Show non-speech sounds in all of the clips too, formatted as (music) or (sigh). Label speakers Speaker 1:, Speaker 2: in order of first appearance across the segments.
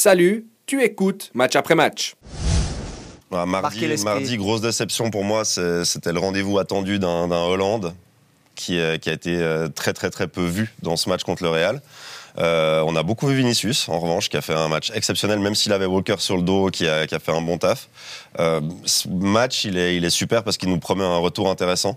Speaker 1: Salut, tu écoutes match après match.
Speaker 2: Ah,
Speaker 3: Marquer
Speaker 2: mardi,
Speaker 3: l'esprit.
Speaker 2: mardi, grosse déception pour moi. c'est- C'était le rendez-vous attendu d'un d'un Hollande qui, euh, qui a été euh, très très très peu vu dans ce match contre le Real. Euh, on a beaucoup vu Vinicius, en revanche, qui a fait un match exceptionnel, même s'il avait Walker sur le dos, qui a, qui a fait un bon taf. Euh, ce match, il est, il est super parce qu'il nous promet un retour intéressant.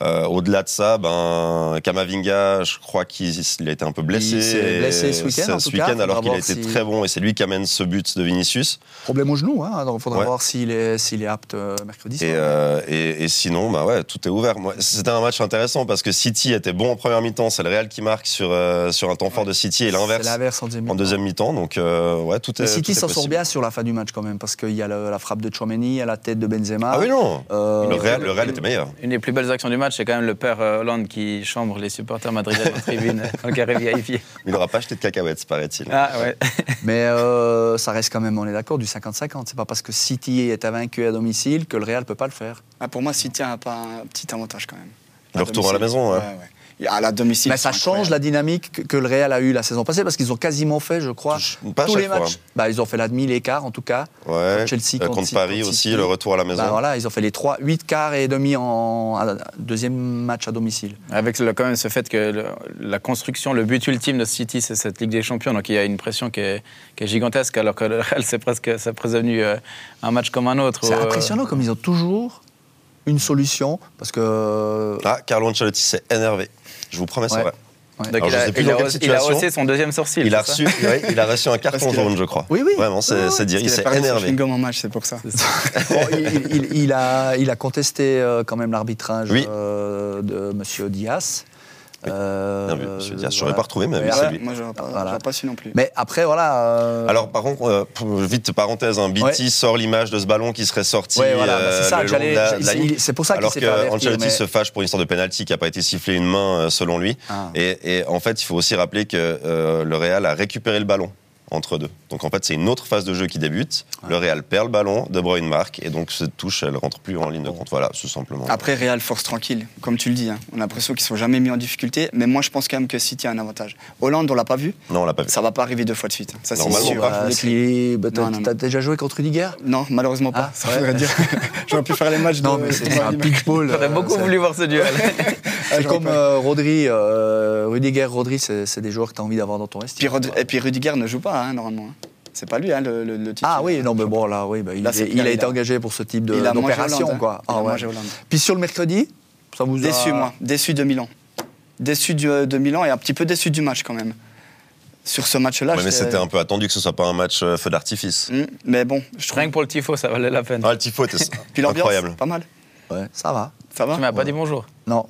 Speaker 2: Euh, Au-delà de ça, ben, Kamavinga, je crois qu'il il a été un peu blessé.
Speaker 3: Il s'est blessé ce
Speaker 2: Et
Speaker 3: week-end, en
Speaker 2: ce
Speaker 3: tout cas.
Speaker 2: week-end, alors
Speaker 3: Faudra
Speaker 2: qu'il a
Speaker 3: voir
Speaker 2: été
Speaker 3: si-
Speaker 2: très bon et c'est lui qui amène ce but de Vinicius.
Speaker 3: Problème au genou, hein, donc il faudra
Speaker 2: Ouais.
Speaker 3: voir s'il est, s'il est apte euh, mercredi soir.
Speaker 2: Et, euh, et- et sinon, bah ouais, tout est ouvert. Moi, C'était un match intéressant parce que City était bon en première mi-temps. C'est le Real qui marque sur, euh, sur un temps fort de City et
Speaker 3: C'est
Speaker 2: l'inverse
Speaker 3: l'inverse en
Speaker 2: en
Speaker 3: deuxième mi-temps.
Speaker 2: deuxième mi-temps. Donc, euh, ouais, tout est.
Speaker 3: Mais City
Speaker 2: tout est
Speaker 3: s'en sort
Speaker 2: possible.
Speaker 3: bien sur la fin du match quand même, parce qu'il y a le- la frappe de Chouameni, il y a la tête de Benzema.
Speaker 2: Ah oui, non
Speaker 3: Euh,
Speaker 2: le, Real, le Real était meilleur.
Speaker 4: Une des plus belles actions du match, c'est quand même le père euh, Hollande qui chambre les supporters madrilènes en tribune, en carré VIP.
Speaker 2: Il n'aura pas acheté de cacahuètes, paraît-il.
Speaker 4: Ah ouais.
Speaker 3: Mais euh, ça reste quand même, on est d'accord, du 50-50. C'est pas parce que City est invaincu à domicile que le Real peut pas le faire.
Speaker 5: Ah, pour moi, City a pas un petit avantage quand même.
Speaker 2: Le retour à la
Speaker 5: domicile.
Speaker 2: maison, ouais.
Speaker 5: Et À la domicile.
Speaker 3: Mais ça
Speaker 5: c'est
Speaker 3: change la
Speaker 5: incroyable.
Speaker 3: dynamique que- que le Real a eue la saison passée, parce qu'ils ont quasiment fait, je crois,
Speaker 2: Touche- pas à
Speaker 3: tous les
Speaker 2: chaque fois. hein.
Speaker 3: matchs. Bah, ils ont fait la demi, l'écart en tout cas.
Speaker 2: Ouais.
Speaker 3: Chelsea
Speaker 2: Euh,
Speaker 3: contre
Speaker 2: contre
Speaker 3: City,
Speaker 2: Paris
Speaker 3: contre
Speaker 2: aussi,
Speaker 3: City.
Speaker 2: le retour à la maison.
Speaker 3: Bah, voilà, ils ont fait les 3, 8 quarts et demi en à- deuxième match à domicile.
Speaker 4: Avec le- quand même ce fait que le- la construction, le but ultime de City, c'est cette Ligue des Champions. Donc il y a une pression qui est, qui est gigantesque, alors que le Real, c'est presque, ça presque devenu euh, un match comme un autre.
Speaker 3: C'est
Speaker 4: Euh,
Speaker 3: impressionnant comme ils ont toujours une solution, parce que (laughs)
Speaker 2: Ah, Carlo Ancelotti s'est énervé. Je vous promets, c'est
Speaker 3: Ouais.
Speaker 2: vrai.
Speaker 3: Ouais.
Speaker 4: donc
Speaker 2: Alors,
Speaker 4: il,
Speaker 2: je
Speaker 4: a,
Speaker 2: sais plus
Speaker 4: il a
Speaker 2: dans quelle
Speaker 4: hauss- il a
Speaker 2: situation.
Speaker 4: haussé son deuxième sourcil.
Speaker 2: Il a,
Speaker 4: c'est ça
Speaker 2: reçu, ouais, il a reçu un carton jaune, je crois.
Speaker 3: Oui, oui.
Speaker 2: Vraiment, c'est
Speaker 3: Oui, oui.
Speaker 2: c'est dire, il
Speaker 5: Parce qu'il
Speaker 2: s'est
Speaker 5: a perdu son
Speaker 2: énervé.
Speaker 5: chewing-gum en match, c'est pour ça.
Speaker 3: Bon, oh, il, il- il a, il a contesté euh, quand même l'arbitrage
Speaker 2: Oui.
Speaker 3: euh, de M. Diaz. Euh,
Speaker 2: Bien vu, monsieur Diaz. Je l'aurais
Speaker 3: voilà.
Speaker 2: pas retrouvé, mais oui,
Speaker 3: Ouais,
Speaker 2: c'est
Speaker 3: ouais.
Speaker 2: lui.
Speaker 5: Ah, Moi, je pas,
Speaker 3: Voilà.
Speaker 5: j'aurais pas su non plus.
Speaker 3: Mais après, voilà. euh,
Speaker 2: Alors, par contre, euh, pour- vite parenthèse, hein, Beatty
Speaker 3: Ouais.
Speaker 2: sort l'image de ce ballon qui serait sorti.
Speaker 3: ouais, voilà, bah,
Speaker 2: euh,
Speaker 3: c'est ça
Speaker 2: le
Speaker 3: que
Speaker 2: long
Speaker 3: j'allais-
Speaker 2: de la- de la
Speaker 3: il-
Speaker 2: ligne.
Speaker 3: il- C'est pour ça qu'il
Speaker 2: Alors
Speaker 3: s'est
Speaker 2: que
Speaker 3: fait avertir.
Speaker 2: Ancelotti
Speaker 3: mais-
Speaker 2: se fâche pour une histoire de penalty qui n'a pas été sifflé une main euh, selon lui.
Speaker 3: Ah.
Speaker 2: Et, et en fait, il faut aussi rappeler que euh, le Real a récupéré le ballon entre deux. Donc en fait, c'est une autre phase de jeu qui débute.
Speaker 3: Ah.
Speaker 2: Le Real perd le ballon, De Bruyne marque, et donc cette touche, elle rentre plus en ligne de compte. Voilà, tout simplement.
Speaker 3: Ah,
Speaker 5: Après, Real force tranquille, comme tu le dis. hein. On a l'impression qu'ils sont jamais mis en difficulté. Mais moi, je pense quand même que City a un avantage. Hollande, on l'a pas vu.
Speaker 2: Non, on l'a pas vu.
Speaker 5: Ça va pas arriver deux fois de suite. hein. Ça, c'est
Speaker 2: Normalement
Speaker 5: sûr.
Speaker 2: pas.
Speaker 5: Je vous
Speaker 3: Bah,
Speaker 5: l'ai écrit.
Speaker 3: si- bah,
Speaker 5: Non,
Speaker 3: T'as
Speaker 5: non,
Speaker 3: t'as
Speaker 5: non.
Speaker 3: déjà joué contre Udiger
Speaker 5: Non, malheureusement pas.
Speaker 3: Ah,
Speaker 5: ça
Speaker 3: ouais. (laughs)
Speaker 5: voudrait dire. J'aurais pu faire les matchs.
Speaker 3: Non,
Speaker 5: de-
Speaker 3: mais
Speaker 5: de
Speaker 3: c'est un
Speaker 5: Marie.
Speaker 3: pitbull.
Speaker 4: J'aurais
Speaker 3: euh,
Speaker 4: beaucoup
Speaker 3: c'est-
Speaker 4: voulu voir ce duel.
Speaker 3: C'est
Speaker 5: j'aurais
Speaker 3: comme
Speaker 5: pas-
Speaker 3: euh, Rodri, euh, Rudiger, Rodri, c'est c'est des joueurs que tu as envie d'avoir dans ton
Speaker 5: Puis
Speaker 3: vestiaire.
Speaker 5: Rod- Et puis Rudiger ne joue pas, hein, normalement. hein. C'est pas lui, hein, le, le, le titre.
Speaker 3: Ah oui, non, mais bon, là, oui, bah, il,
Speaker 5: Là, c'est
Speaker 3: il
Speaker 5: clair,
Speaker 3: a
Speaker 5: il
Speaker 3: été
Speaker 5: a-
Speaker 3: engagé pour ce type de-
Speaker 5: Il a mangé
Speaker 3: d'opération.
Speaker 5: Hollande,
Speaker 3: quoi.
Speaker 5: hein. Il
Speaker 3: Ah
Speaker 5: a
Speaker 3: ouais.
Speaker 5: mangé Hollande.
Speaker 3: Puis sur le mercredi, ça vous a-
Speaker 5: Déçu, moi. Déçu de Milan. Déçu du- euh, de Milan et un petit peu déçu du match, quand même. Sur ce match-là,
Speaker 2: Ouais, mais
Speaker 5: j'étais-
Speaker 2: c'était
Speaker 3: euh,
Speaker 2: un peu attendu que ce soit pas un match euh, feu
Speaker 3: Mm.
Speaker 2: d'artifice.
Speaker 5: Hmm, mais bon, je trouve.
Speaker 4: Rien que pour le tifo, ça valait la peine.
Speaker 2: Ah, le tifo
Speaker 3: (laughs)
Speaker 2: était
Speaker 5: Puis l'ambiance,
Speaker 2: incroyable.
Speaker 5: pas mal.
Speaker 3: Ouais, ça va.
Speaker 5: Ça va
Speaker 4: tu m'as pas dit bonjour.
Speaker 3: Non.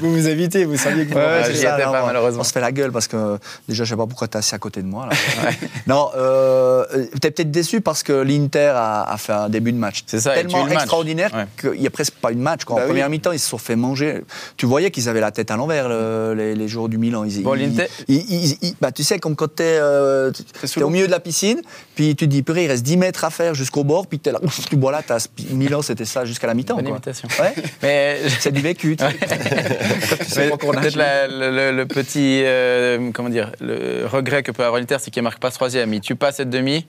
Speaker 5: Vous vous invitez, vous saviez que vous
Speaker 4: Ouais,
Speaker 5: m'aurez-
Speaker 4: j'y
Speaker 3: c'est ça,
Speaker 4: étais
Speaker 3: là,
Speaker 4: pas,
Speaker 3: on-
Speaker 4: malheureusement.
Speaker 3: On se fait la gueule parce que déjà, je sais pas pourquoi tu assis à côté de moi.
Speaker 4: (laughs)
Speaker 3: Là. non, euh, t'es peut-être déçu parce que l'Inter a, a fait un début de match
Speaker 4: C'est ça, et tu
Speaker 3: tellement
Speaker 4: eu le match.
Speaker 3: extraordinaire
Speaker 4: Ouais.
Speaker 3: qu'il n'y a presque pas eu de match. Quoi.
Speaker 5: Bah
Speaker 3: en
Speaker 5: oui.
Speaker 3: première mi-temps, ils se sont fait manger. Tu voyais qu'ils avaient la tête à l'envers le- les, les jours du Milan. Ils,
Speaker 4: Bon,
Speaker 3: ils-
Speaker 4: l'Inter-
Speaker 3: ils- ils- ils- bah, tu sais, comme quand t'es euh,
Speaker 5: T'es sous
Speaker 3: t'es au
Speaker 5: l'eau.
Speaker 3: milieu de la piscine, puis tu te dis, purée, il reste 10 mètres à faire jusqu'au bord, puis t'es là, ouf, tu bois la tasse. Puis Milan, c'était ça jusqu'à la mi-temps.
Speaker 4: Bonne
Speaker 3: quoi.
Speaker 4: imitation.
Speaker 3: Ouais.
Speaker 4: Mais
Speaker 3: C'est du vécu.
Speaker 4: (laughs)
Speaker 3: tu sais.
Speaker 4: Mais
Speaker 3: pas qu'on a
Speaker 4: Peut-être
Speaker 3: chez
Speaker 4: la- le, le- le petit euh, comment dire, le regret que peut avoir l'Inter, c'est qu'il ne marque pas ce troisième. Il tue pas cette demi.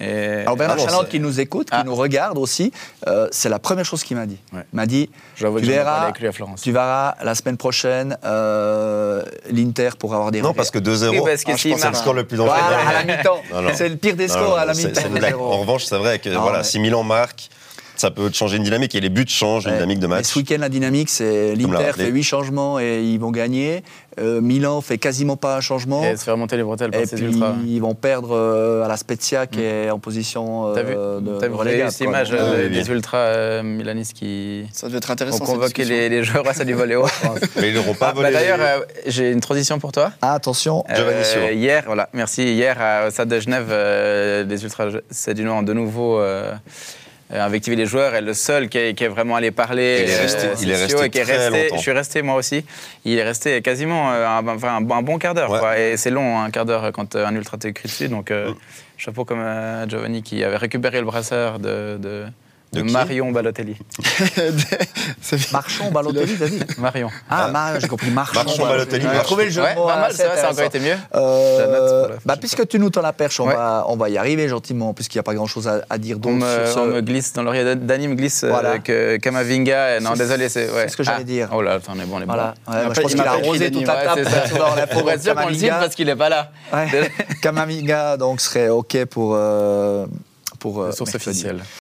Speaker 4: Et...
Speaker 3: Alors Bernard
Speaker 2: Ah non,
Speaker 3: Chaland
Speaker 2: c'est-
Speaker 3: qui nous écoute, qui
Speaker 4: Ah.
Speaker 3: nous regarde aussi, euh, c'est la première chose qu'il m'a dit.
Speaker 4: Ouais.
Speaker 3: Il m'a dit,
Speaker 4: Je vois que
Speaker 3: tu
Speaker 4: j'en ai
Speaker 3: verras,
Speaker 4: parlé avec lui à Florence.
Speaker 3: tu verras la semaine prochaine euh, l'Inter pour avoir des
Speaker 2: Non,
Speaker 3: regrets.
Speaker 2: parce que
Speaker 4: Oui,
Speaker 2: 2-0,
Speaker 4: parce que
Speaker 2: ah, je
Speaker 4: s'il
Speaker 2: pense que c'est le
Speaker 4: marque-
Speaker 2: score le plus dangereux.
Speaker 3: Voilà, à la
Speaker 2: Non, non.
Speaker 3: mi-temps, c'est le pire des
Speaker 2: Non,
Speaker 3: scores
Speaker 2: non,
Speaker 3: à la
Speaker 2: c'est-
Speaker 3: mi-temps.
Speaker 2: c'est une blague.
Speaker 3: 0.
Speaker 2: En revanche, c'est vrai que
Speaker 3: Non,
Speaker 2: voilà,
Speaker 3: mais-
Speaker 2: si Milan marque, ça peut changer une dynamique et les buts changent une
Speaker 3: Ouais.
Speaker 2: dynamique de
Speaker 3: Mais
Speaker 2: match.
Speaker 3: ce week-end, la dynamique, c'est
Speaker 2: me l'as
Speaker 3: l'Inter
Speaker 2: rappelé.
Speaker 3: fait 8 changements et ils vont gagner. Euh, Milan fait quasiment pas un changement.
Speaker 4: Et se faire monter les bretelles par
Speaker 3: Et
Speaker 4: ces
Speaker 3: puis
Speaker 4: ultras. Hmm.
Speaker 3: ils vont perdre euh, à la Spezia qui est en position euh,
Speaker 4: T'as vu,
Speaker 3: de
Speaker 4: t'as vu
Speaker 3: relégable,
Speaker 4: cette
Speaker 3: quoi. Ah
Speaker 4: image
Speaker 3: Donc,
Speaker 2: euh,
Speaker 4: euh,
Speaker 2: oui,
Speaker 4: des
Speaker 2: oui.
Speaker 4: ultras euh, milanistes qui
Speaker 5: Ça devait être
Speaker 4: ont
Speaker 5: intéressant. cette
Speaker 4: convoqué
Speaker 5: discussion.
Speaker 4: les, les joueurs à ça
Speaker 3: (laughs)
Speaker 4: du volet haut.
Speaker 2: Mais ils n'auront pas
Speaker 4: Ah, bah,
Speaker 2: volé.
Speaker 4: D'ailleurs, euh, j'ai une transition pour toi.
Speaker 3: ah, attention,
Speaker 2: Giovanni Sio.
Speaker 4: Euh, Hier, voilà, merci. Hier, à- au Stade de Genève, euh, les Ultras c'est du nom de nouveau. euh, euh, invectivé les joueurs et le seul qui est, qui est vraiment allé parler,
Speaker 2: Il est resté- il est
Speaker 4: Sio,
Speaker 2: resté
Speaker 4: et qui est
Speaker 2: très
Speaker 4: resté-
Speaker 2: longtemps.
Speaker 4: je suis resté moi aussi, il est resté quasiment euh, un, enfin, un bon- un bon quart d'heure.
Speaker 2: Ouais. Mm.
Speaker 4: quoi. Et c'est long, un quart d'heure quand euh, un ultra t'écrit dessus. Donc euh, chapeau comme euh, Giovanni qui avait récupéré le brasseur de, de,
Speaker 2: De qui
Speaker 3: (laughs)
Speaker 4: Marion Balotelli.
Speaker 5: Ça fait-
Speaker 3: Marchand Balotelli, t'as dit
Speaker 4: Marion.
Speaker 3: Ah, Mar- j'ai compris, Marchand,
Speaker 2: Marchand Balotelli,
Speaker 3: J'ai
Speaker 2: Marchand.
Speaker 3: trouvé le jeu
Speaker 4: Ouais,
Speaker 3: de mots
Speaker 4: pas mal,
Speaker 3: assez
Speaker 4: ça, va, hein, ça a encore
Speaker 3: intéressant.
Speaker 4: été mieux.
Speaker 3: Euh,
Speaker 4: Je la note pour la
Speaker 3: bah,
Speaker 4: prochaine
Speaker 3: puisque tu nous tends la perche, on,
Speaker 4: Ouais.
Speaker 3: va, on va y arriver gentiment, puisqu'il n'y a pas grand-chose à, à dire
Speaker 4: On
Speaker 3: d'autre
Speaker 4: me,
Speaker 3: sur ce-
Speaker 4: on me glisse dans l'oreille. Dani me glisse euh,
Speaker 3: euh, Voilà.
Speaker 4: que Kamavinga. euh, Non,
Speaker 3: C'est-
Speaker 4: désolé, c'est. ouais.
Speaker 3: c'est ce que j'allais
Speaker 4: Ah.
Speaker 3: dire.
Speaker 4: Oh là, attends, on est bon, on est
Speaker 3: Voilà.
Speaker 4: bon.
Speaker 3: Ouais, bah,
Speaker 5: Après,
Speaker 3: je pense
Speaker 5: il
Speaker 3: qu'il a
Speaker 5: m'a pas
Speaker 3: arrosé
Speaker 5: écrit,
Speaker 3: toute
Speaker 5: Denis,
Speaker 3: la table
Speaker 4: Ouais, c'est ça.
Speaker 3: dans la
Speaker 4: Pour être sûr qu'on le signe parce qu'il n'est pas là.
Speaker 3: (laughs) Ouais. Kamavinga donc serait ok pour euh, pour euh,
Speaker 4: Source
Speaker 3: mercredi.
Speaker 4: officielle.